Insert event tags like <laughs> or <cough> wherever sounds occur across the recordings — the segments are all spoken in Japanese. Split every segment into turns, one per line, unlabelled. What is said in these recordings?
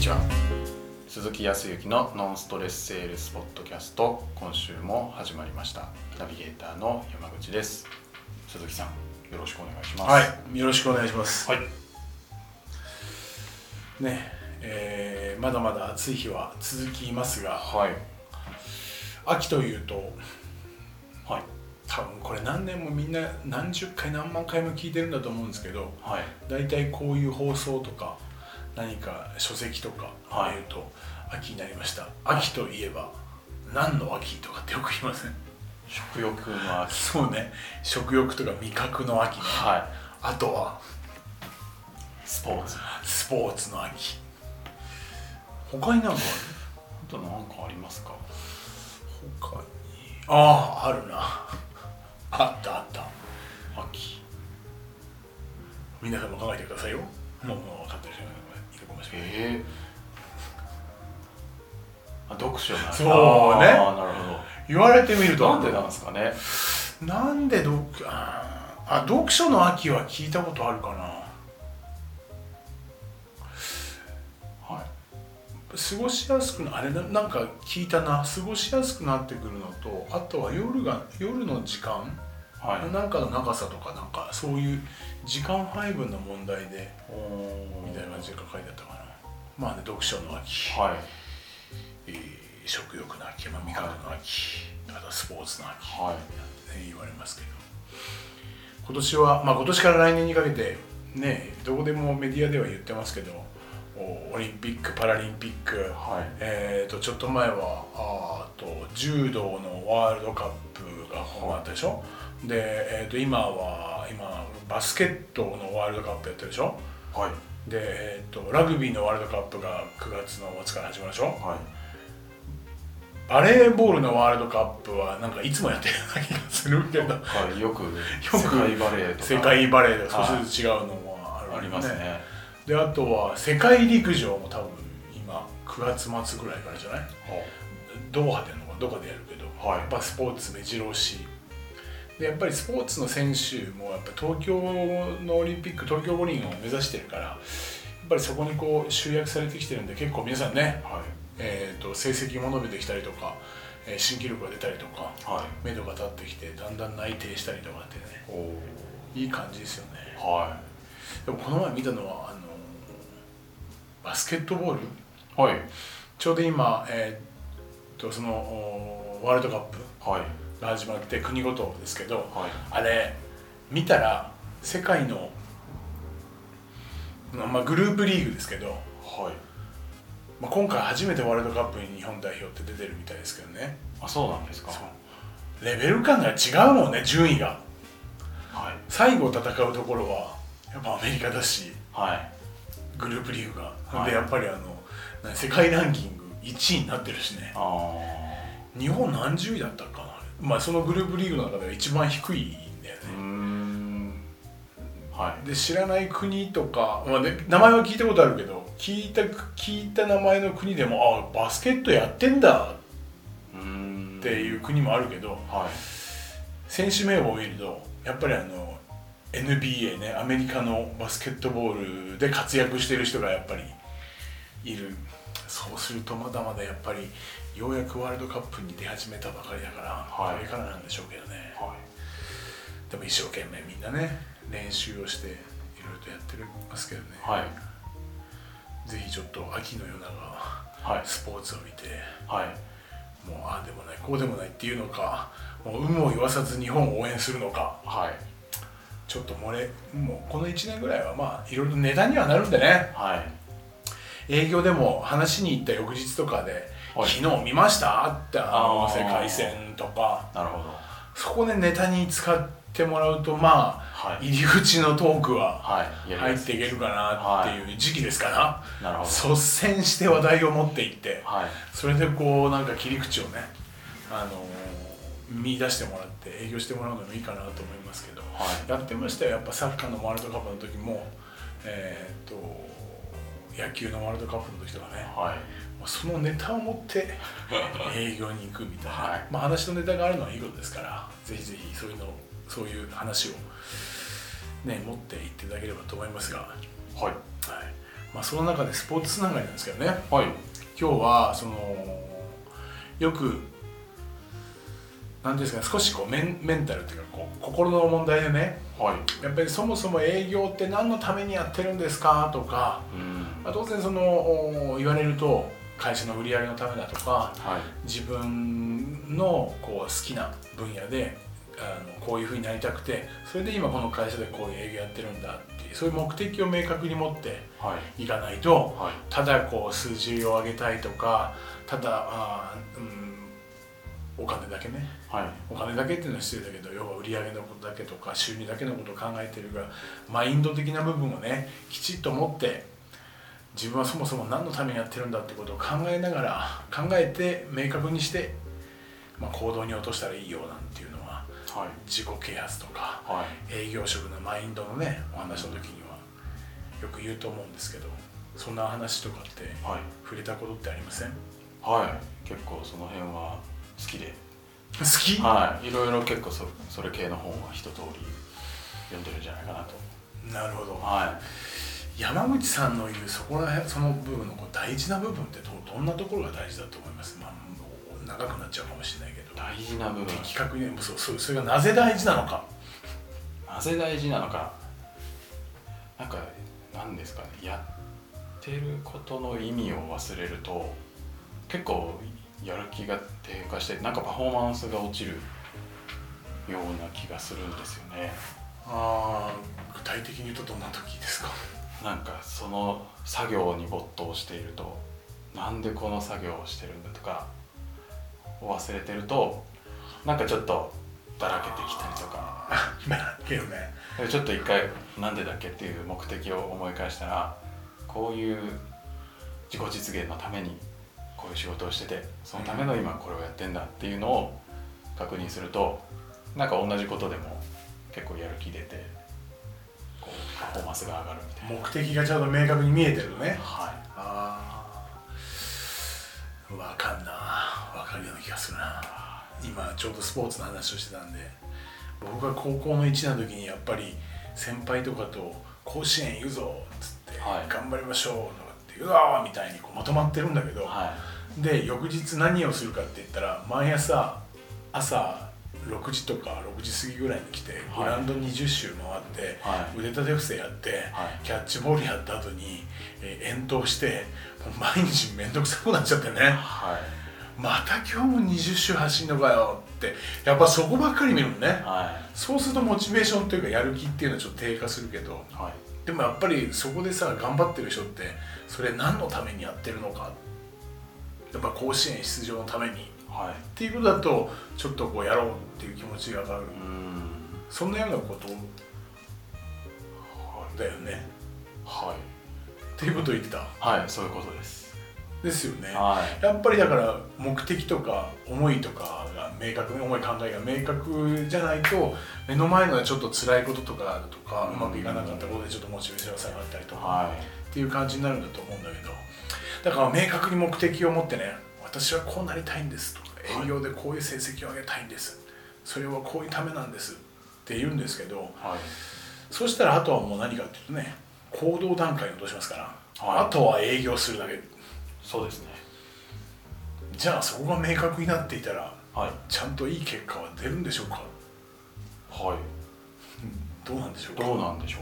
ちは鈴木康之のノンストレスセールスポッドキャスト今週も始まりましたナビゲーターの山口です鈴木さんよろしくお願いします
はい、よろしくお願いします。
はい
ね、えーまだまだ暑い日は続きますが、
はい
秋というと
はい
多分これ何年もみんな何十回何万回も聞いてるんだと思うんですけど、
はい
だいたいこういう放送とか何か書籍とか
はい
言うと秋になりました。秋といえば何の秋とかってよく言いません。 <laughs>
食欲の秋
そうね、食欲とか味覚の秋ね。
は
あとはい
スポーツあ
スポーツの秋。他になんかある
と何かありますか
他にあああるなあったあった
秋
皆さんも考えてくださいよもうもう分かってる人がいるかもしれない
えー、あ読書なんだ
そうね
あーなるほ
言われてみる
ど
と
なんでなんですかね
なんで読あーあ読書の秋は聞いたことあるかな
は
過ごしやすくなあれななんか聞いたな過ごしやすくなってくるのとあとは夜が夜の時間
いはい
なんかの長さとかなんかそういう時間配分の問題でみたいな感じで書いてあったかなまあね読書の秋
はい
えー食欲の秋、まあ、味覚の秋、あとはスポーツの秋、
はい
ね、言われますけど今年は、まあ、今年から来年にかけてねどこでもメディアでは言ってますけどおオリンピックパラリンピック、
はい
えー、とちょっと前はあーと柔道のワールドカップが終わったでしょで、えー、と今は今バスケットのワールドカップやってるでしょ
はい
で、えー、とラグビーのワールドカップが9月の末から始まるでしょ
はい
バレーボールのワールドカップはなんかいつもやってるような気がするけど
はい、よく世界バレーとか
世界バレーで少しずつ違うのもあるよ
ありますね
であとは世界陸上も多分今9月末ぐらいからじゃないドーハでやるのかどこでやるけど、
はい
やっぱスポーツ目白押しでやっぱりスポーツの選手もやっぱ東京のオリンピック東京五輪を目指してるからやっぱりそこにこう集約されてきてるんで結構皆さんね、
は
えー、と成績も伸びてきたりとか、えー新記録が出たりとか
いはい
目処が立ってきてだんだん内定したりとかってね
おお
いい感じですよね
は
でもこの前見たのはあのバスケットボール
いはい
ちょうど今、えーっとそのおワールドカップ
はい
が始まって国ごとですけど
はい
あれ見たら世界の、まあ、グループリーグですけど、
はい
まあ、今回初めてワールドカップに日本代表って出てるみたいですけどね
あそうなんですか
そうレベル感が違うもんね順位が
はい
最後戦うところはやっぱアメリカだし
はい
グループリーグが、
はい
でやっぱりあのな世界ランキング1位になってるしね
ああ
日本何十位だったかな、まあ、そのグループリーグの中では一番低いんだよね
うー、んはい
で知らない国とか、まあね、名前は聞いたことあるけど聞いた聞いた名前の国でもあバスケットやってんだ
うーん
っていう国もあるけど
はい
選手名簿を見るとやっぱりあの NBA ねアメリカのバスケットボールで活躍してる人がやっぱりいるそうするとまだまだやっぱりようやくワールドカップに出始めたばかりだから、
はい
これからなんでしょうけどね
は
でも一生懸命みんなね練習をしていろいろとやってますけどね、
いはい
ぜひちょっと秋の夜長
はい
スポーツを見て
はい
もうああでもないこうでもないっていうのかもう有無を言わさず日本を応援するのか
はい
ちょっと漏れもうこの1年ぐらいはまあいろいろ値段にはなるんでね
はい
営業でも話しに行った翌日とかで「
はい
昨日見ました?」ってあの
あー
世界戦とか
なるほど
そこでネタに使ってもらうとまあ、
はい
入り口のトークは
はいやり
入
ま
っ
す
ていけるかなっていう時期ですから、
なるほど
率先して話題を持っていって
はい
それでこうなんか切り口をね、あのー見出してもらって営業してもらうのもいいかなと思いますけど、
はい
やってましたよやっぱサッカーのワールドカップの時もえーっと野球のワールドカップの時とかね
はい
もうそのネタを持って営業に行くみたいな、
はい
まあ、話のネタがあるのはいいことですからぜひぜひそういうのそういう話を、ね、持っていっていただければと思いますが。
はい
はい、まあ、その中でスポーツつながりなんですけどね
はい
今日はそのよく何ですかね少しこうメンメンタルっていうかこう心の問題でね
はい
やっぱりそもそも営業って何のためにやってるんですかとか、
うん
まあ、当然そのお言われると会社の売り上げのためだとか
はい
自分のこう好きな分野であのこういうふうになりたくてそれで今この会社でこういう営業やってるんだっていうそういう目的を明確に持って
はい
いかないと
はい
ただこう数字を上げたいとかただあー、うん、お金だけね
はい
お金だけっていうのは失礼だけど要は売り上げのことだけとか収入だけのことを考えてるがマインド的な部分をねきちっと持って自分はそもそも何のためにやってるんだってことを考えながら考えて明確にして、まあ、行動に落としたらいいよなんていうのは
はい
自己啓発とか
はい
営業職のマインドのねお話の時にはよく言うと思うんですけどそんな話とかって
はい
触れたことってありません好
はい結構その辺は好きで
き
はいいろいろ結構そそれ系の本は一通り読んでるんじゃないかなと
なるほど
は
山口さんの言うそこら辺その部分のこう大事な部分ってどどんなところが大事だと思います、まあ、もう長くなっちゃうかもしれないけ
い
ど
大事な部分
的確にねそうそうそれがなぜ大事なのか
なぜ大事なのかなんか何ですかねやってることの意味を忘れると結構やる気が低下してなんかパフォーマンスが落ちるような気がするんですよね
あー具体的に言うとどんな時ですか <laughs>
なんかその作業に没頭しているとなんでこの作業をしてるんだとかを忘れてるとなんかちょっとだらけてきたりとか
なるけどね
でちょっと一回なんでだっけっていう目的を思い返したらこういう自己実現のためにこういう仕事をしててそのための今これをやってんだっていうのを確認するとなんか同じことでも結構やる気出てこうパフォーマンスが上がるみたいな。
目的がちゃんと明確に見えてるのね
はい
ああ分かんな分かるような気がするな今ちょうどスポーツの話をしてたんで僕が高校の1年の時にやっぱり先輩とかと「甲子園言うぞ」っつって
はい
「頑張りましょう」とかって「うわー」みたいにこうまとまってるんだけど、
は
で翌日何をするかって言ったら毎朝朝6時とか6時過ぎぐらいに来て
はい
グラウンド20周回って、
はい
腕立て伏せやって、
はい
キャッチボールやった後に、えー遠投してもう毎日面倒くさくなっちゃってね
いは
また今日も20周走んのかよってやっぱそこばっかり見るの
い
ね
は
そうするとモチベーションというかやる気っていうのはちょっと低下するけど
いはい
でもやっぱりそこでさ頑張ってる人ってそれ何のためにやってるのかやっぱ甲子園出場のためにっ
はい
ていうことだとちょっとこうやろうっていう気持ちが上がる、
うん
そんなようなこと
はい
だよね
はい
っていうことを言ってた
はいそういうことです
ですよね
はい
やっぱりだから目的とか思いとかが明確に思い考えが明確じゃないと目の前のちょっと辛いこととかとかうまくいかなかったことでちょっとモチベーションが下がったりとか
はい
っていう感じになるんだと思うんだけどだから明確に目的を持ってね私はこうなりたいんですとか
はい
営業でこういう成績を上げたいんですそれはこういうためなんですって言うんですけど
はい
そうしたらあとはもう何かっていうとね行動段階に落としますから、
はい
あとは営業するだけ
そうですね
じゃあそこが明確になっていたら
はい
ちゃんといい結果は出るんでしょうか
はい
どうなんでしょうか
どうなんでしょ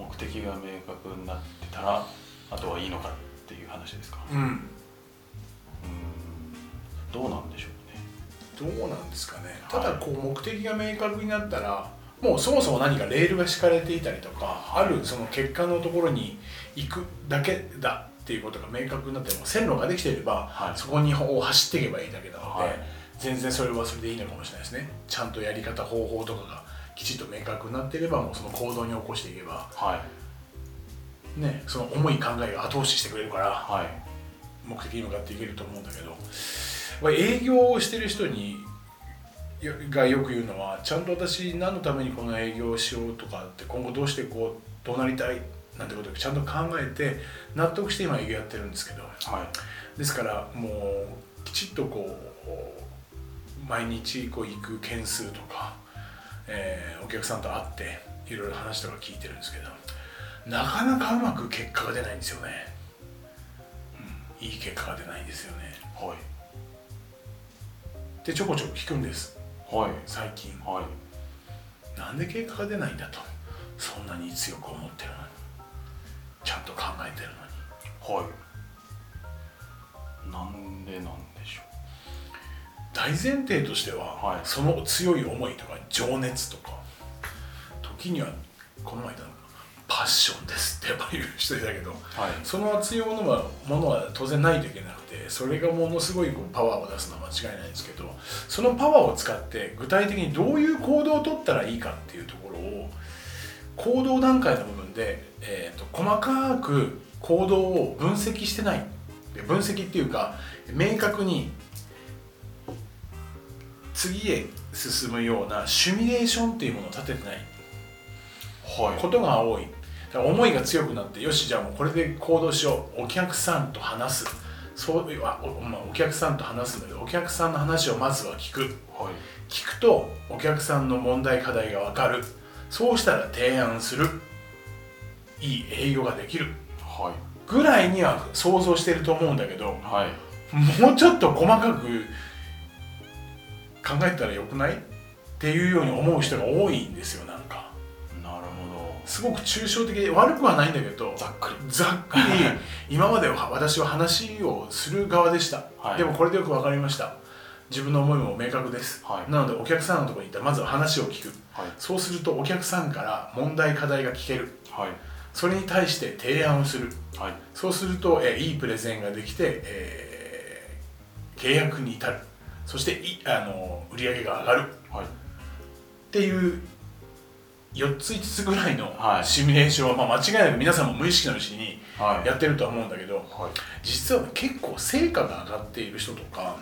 う目的が明確になってたらあとはいいのかっていう話ですか
うん
うんどうなんでしょうね
どうなんですかね
は
た
い
だこう目的が明確になったらもうそもそも何かレールが敷かれていたりとかあるその結果のところに行くだけだっていうことが明確になっても線路ができていれば、
はい
そこにを走っていけばいいだけなので、
はい
全然それはそれでいいのかもしれないですねちゃんとやり方方法とかがきちっと明確になっていればもうその行動に起こしていけば
はい
ねその重い考えが後押ししてくれるから、
はい
目的に向かっていけると思うんだけどまあ営業をしてる人によがよく言うのはちゃんと私何のためにこの営業をしようとかって今後どうしてこうどうなりたいなんてことをちゃんと考えて納得して今営業やってるんですけど
はい
ですからもうきちっとこう毎日こう行く件数とか、えーお客さんと会っていろいろ話とか聞いてるんですけどなかなかうまく結果が出ないんですよね、うん、いい結果が出ないんですよね
はい
でちょこちょこ聞くんです
はい
最近
はい
なんで結果が出ないんだとそんなに強く思ってるのにちゃんと考えてるのに
はいなんでなんでしょ
大前提としては、
はい
その強い思いとか情熱とか時にはこの前いたのパッションですってやっぱり言う人いたけど
うはい
その熱いものはものは当然ないといけなくてそれがものすごいこうパワーを出すのは間違いないんですけどそのパワーを使って具体的にどういう行動をとったらいいかっていうところを行動段階の部分で、えー、と細かく行動を分析してないで分析っていうか明確に次へ進むようなシミュレーションっていうものを立ててない
はい
ことが多いだから思いが強くなってよしじゃあもうこれで行動しようお客さんと話すそうあお,、まあ、お客さんと話すんだけどお客さんの話をまずは聞く
はい
聞くとお客さんの問題課題が分かるそうしたら提案するいい営業ができる
はい
ぐらいには想像してると思うんだけど
はい
もうちょっと細かく考えたらよくないっていうように思う人が多いんですよなんか
なるほ
すごく抽象的で悪くはないんだけど
どざっくり
ざっくり今までは私は話をする側でした、
はい
でもこれでよく分かりました自分の思いも明確です、
はい
なのでお客さんのところに行ったらまずは話を聞く
はい
そうするとお客さんから問題課題が聞ける
はい
それに対して提案をする
はい
そうすると、えーいいプレゼンができて、えー契約に至るそしていあの売り上げが上がる
はい
っていう4つ5つぐらいの
はい
シミュレーションは、まあ、間違いなく皆さんも無意識のうちに
はい
やってるとは思うんだけど
はい
実は結構成果が上がっている人とか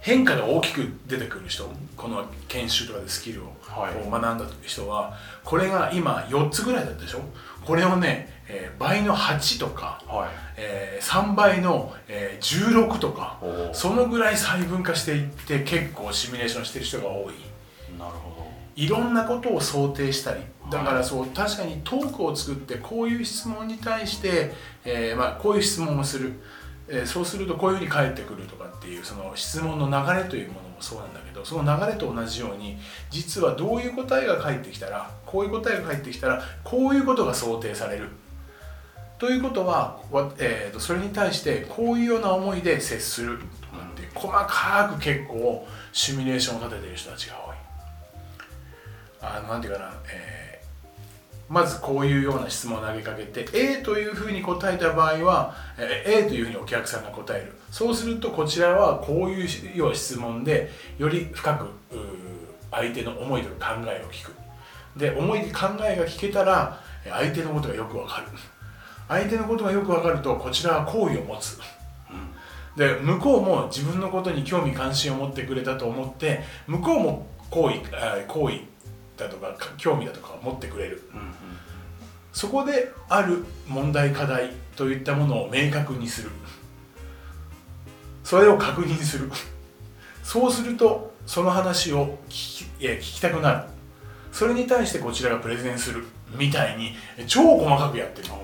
変化が大きく出てくる人この研修とかでスキルをこ
はいう
学んだ人はこれが今4つぐらいだったでしょこれをね、えー倍の8とか、
はい
え3倍の、えー16とか
おー
そのぐらい細分化していって結構シミュレーションしてる人が多い。
なるほ
いろんなことを想定したりだからそう確かにトークを作ってこういう質問に対して、えーまあ、こういう質問をする、えーそうするとこういうふうに返ってくるとかっていうその質問の流れというものもそうなんだけどその流れと同じように実はどういう答えが返ってきたらこういう答えが返ってきたらこういうことが想定される。ということは、わえーとそれに対してこういうような思いで接するとかって細かく結構シミュレーションを立てている人たちが多い。あなんていうかな、えーまずこういうような質問を投げかけて A というふうに答えた場合はえー A というふうにお客さんが答えるそうするとこちらはこういうような質問でより深くうー相手の思いとか考えを聞くで思い考えが聞けたらえー相手のことがよくわかる相手のことがよくわかるとこちらは好意を持つ
どうん
で向こうも自分のことに興味関心を持ってくれたと思って向こうも好意あ好意だとかか興味だとかを持ってくれる
うんうん
そこである問題課題といったものを明確にするそれを確認するそうするとその話を聞きえー聞きたくなるそれに対してこちらがプレゼンするみたいに超細かくやってる
お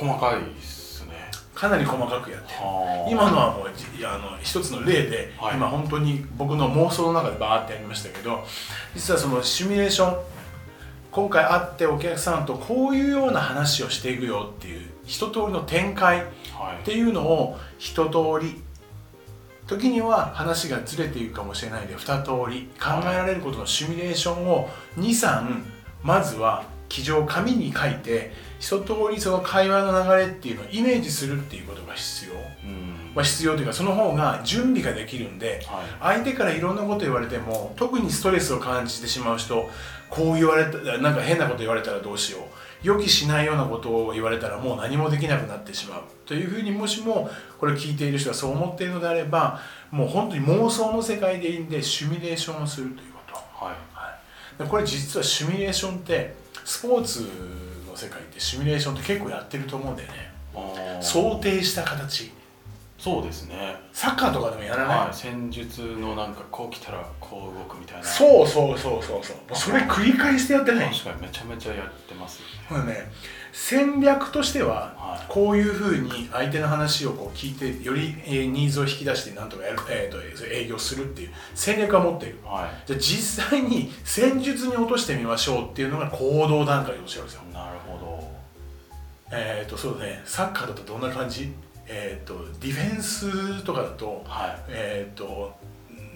ー細かいっすね
かなり細かくやってる
はー
今のはもうじあの一つの例で、
はい
今本当に僕の妄想の中でバーってやりましたけど実はそのシミュレーション今回会ってお客さんとこういうような話をしていくよっていう一通りの展開っ
はい
ていうのを一通り時には話がずれていくかもしれないで二通り考えられることのシミュレーションを23まずは記事を紙に書いて一通りその会話の流れっていうのをイメージするっていうことが必要。
うん
まあ、必要というかその方が準備ができるんで
はい
相手からいろんなこと言われても特にストレスを感じてしまう人こう言われたなんか変なこと言われたらどうしよう予期しないようなことを言われたらもう何もできなくなってしまうというふうにもしもこれ聞いている人がそう思っているのであればもう本当に妄想の世界でいいんでシミュレーションをするということ。
はい
はい、でこれ実はシミュレーションってスポーツの世界ってシミュレーションって結構やってると思うんだよね
あー
想定した形
そうですね
サッカーとかでもやらない、
はい、戦術のなんかこう来たらこう動くみたいな
そうそうそうそうそうもうそれ繰り返してやってない
確かにめちゃめちゃやってますよね
これね戦略としては
はい
こういうふうに相手の話をこう聞いてよりえーニーズを引き出してなんとかやる、えーとえー営業するっていう戦略は持っている
は
じゃあ実際に戦術に落としてみましょうっていうのが行動段階で教えるんですよ
いなるほど
えっ、とそうだねサッカーだとどんな感じえっ、とディフェンスとかだと
はい
えっ、と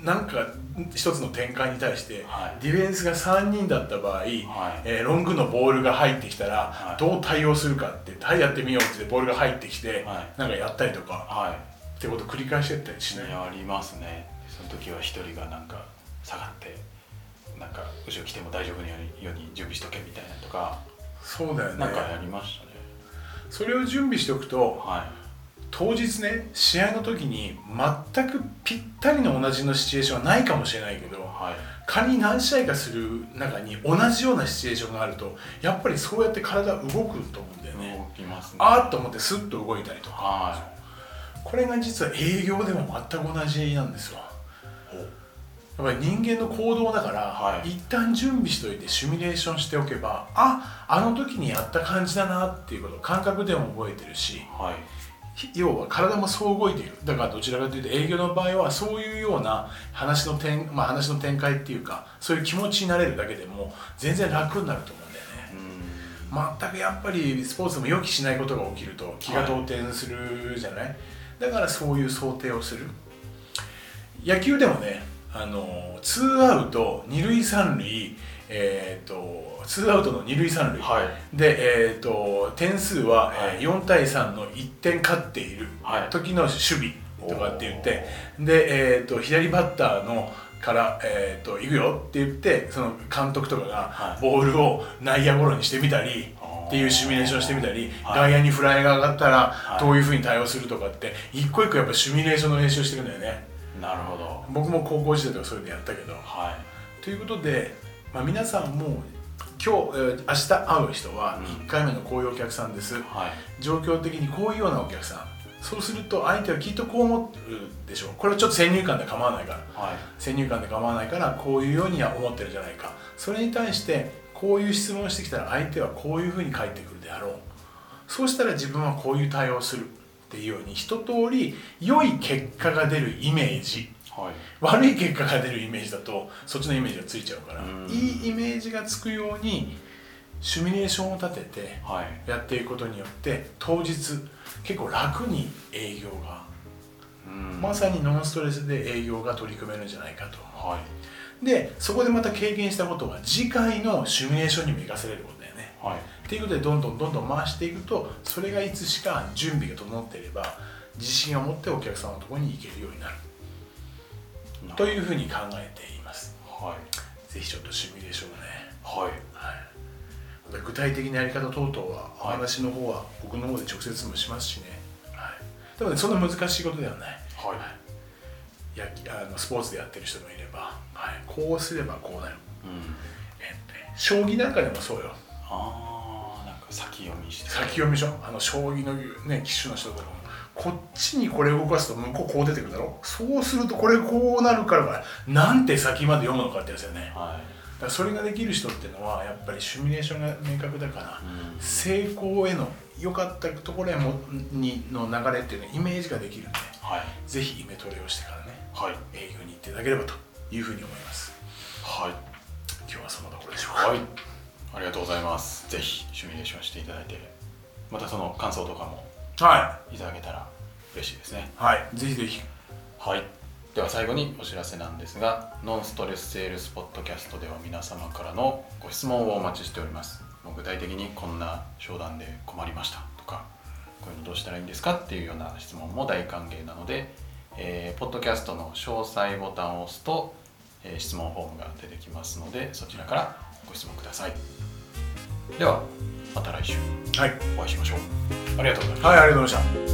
なんか一つの展開に対して、
はい
ディフェンスが3人だった場合、えーロングのボールが入ってきたら、
はい
どう対応するかって「はいやってみよう」ってボールが入ってきて、
は
なんかやったりとか
は
ってこと繰り返してったりし
い
ない、
やりますねその時は一人がなんか下がってなんか後ろ来ても大丈夫なようにように準備しとけみたいなとか
そうだよね
なんかやりましたね
それを準備しておくと
は
当日ね試合の時に全くぴったりの同じのシチュエーションはないかもしれないけ
い
ど
はい
仮に何試合かする中に同じようなシチュエーションがあるとやっぱりそうやって体動くと思うんだよね
動きますね
あーっと思ってスッと動いたりとか
は
これが実は営業でも全く同じなんですわ
い
やっぱり人間の行動だから、
はい
一旦準備しといてシミュレーションしておけばああの時にやった感じだなっていうことを感覚でも覚えてるし
はい
ひ要は体もそう動いているだからどちらかというと営業の場合はそういうような話の展,、まあ、話の展開っていうかそういう気持ちになれるだけでも全然楽になると思うんだよね
うん
全くやっぱりスポーツでも予期しないことが起きると気が動転するじゃない、だからそういう想定をする野球でもねあのツーアウト二塁三塁えー、とツーアウトの二塁三塁、
はい
で、えー、と点数は、
はい
えー4対3の1点勝っている
はい
時の守備とかって言って、で、えー、と左バッターのから、えー、と行くよって言ってその監督とか
は
が
い
ボールを内野ゴロにしてみたり
あー
っていうシミュレーションしてみたり、
はい
外野にフライが上がったら
はい
どういうふうに対応するとかって一個一個やっぱシミュレーションの練習してるんだよね
なるほど
僕も高校時代とかそういうのやったけど。
はい
ということで、まあ、皆さんも今日、えー明日会う人は
うん
1回目のこういうお客さんです、
はい
状況的にこういうようなお客さんそうすると相手はきっとこう思うでしょうこれはちょっと先入観で構わないから
はい
先入観で構わないからこういうようには思ってるじゃないかそれに対してこういう質問をしてきたら相手はこういうふうに返ってくるであろうそうしたら自分はこういう対応をするっていうように一通り良い結果が出るイメージ
はい
悪い結果が出るイメージだとそっちのイメージがついちゃうから
うん
いいイメージがつくようにシミュレーションを立てて
はい
やっていくことによって当日結構楽に営業が
うん
まさにノンストレスで営業が取り組めるんじゃないかと
はい
でそこでまた経験したことが次回のシミュレーションにも生かされることだよね
はい
っていうことでどんどんどんどん回していくとそれがいつしか準備が整っていれば自信を持ってお客様のところに行けるようになるというふうに考えています
はい
ぜひちょっとシミュレーションをね、
はい
はい、また具体的なやり方等々はお
はい
話の方は僕の方で直接もしますしね、はい、でもねそんな難しいことではない
はい
やあのスポーツでやってる人もいれば、はい、こうすればこうなる、
うん
えっとね将棋なんかでもそうよ
ああなんか先読みして
先読み書あの将棋の、ね、棋士の人とかもこっちにこれ動かすと向こうこう出てくるだろそうするとこれこうなるからなんて先まで読むのかってやつだよね
は
だからそれができる人っていうのはやっぱりシミュレーションが明確だから
い、うん
成功への良かったところへもにの流れっていうのはイメージができるんで
はい
ぜひイメトレをしてからね
はい
営業に行っていただければというふうに思います
はい
今日はそのところでしょうか
はいありがとうございますぜひシミュレーションしていただいてまたその感想とかも
はい
いただけたら嬉しいですね
はいぜひぜひ
はいでは最後にお知らせなんですがノンストレスセールスポッドキャストでは皆様からのご質問をお待ちしておりますもう具体的にこんな商談で困りましたとかこういうのどうしたらいいんですかっていうような質問も大歓迎なので、えーポッドキャストの詳細ボタンを押すと、えー質問フォームが出てきますのでそちらからご質問くださいではまた来週
はい、
お会いしましょうありがとうございました
はい、ありがとうございました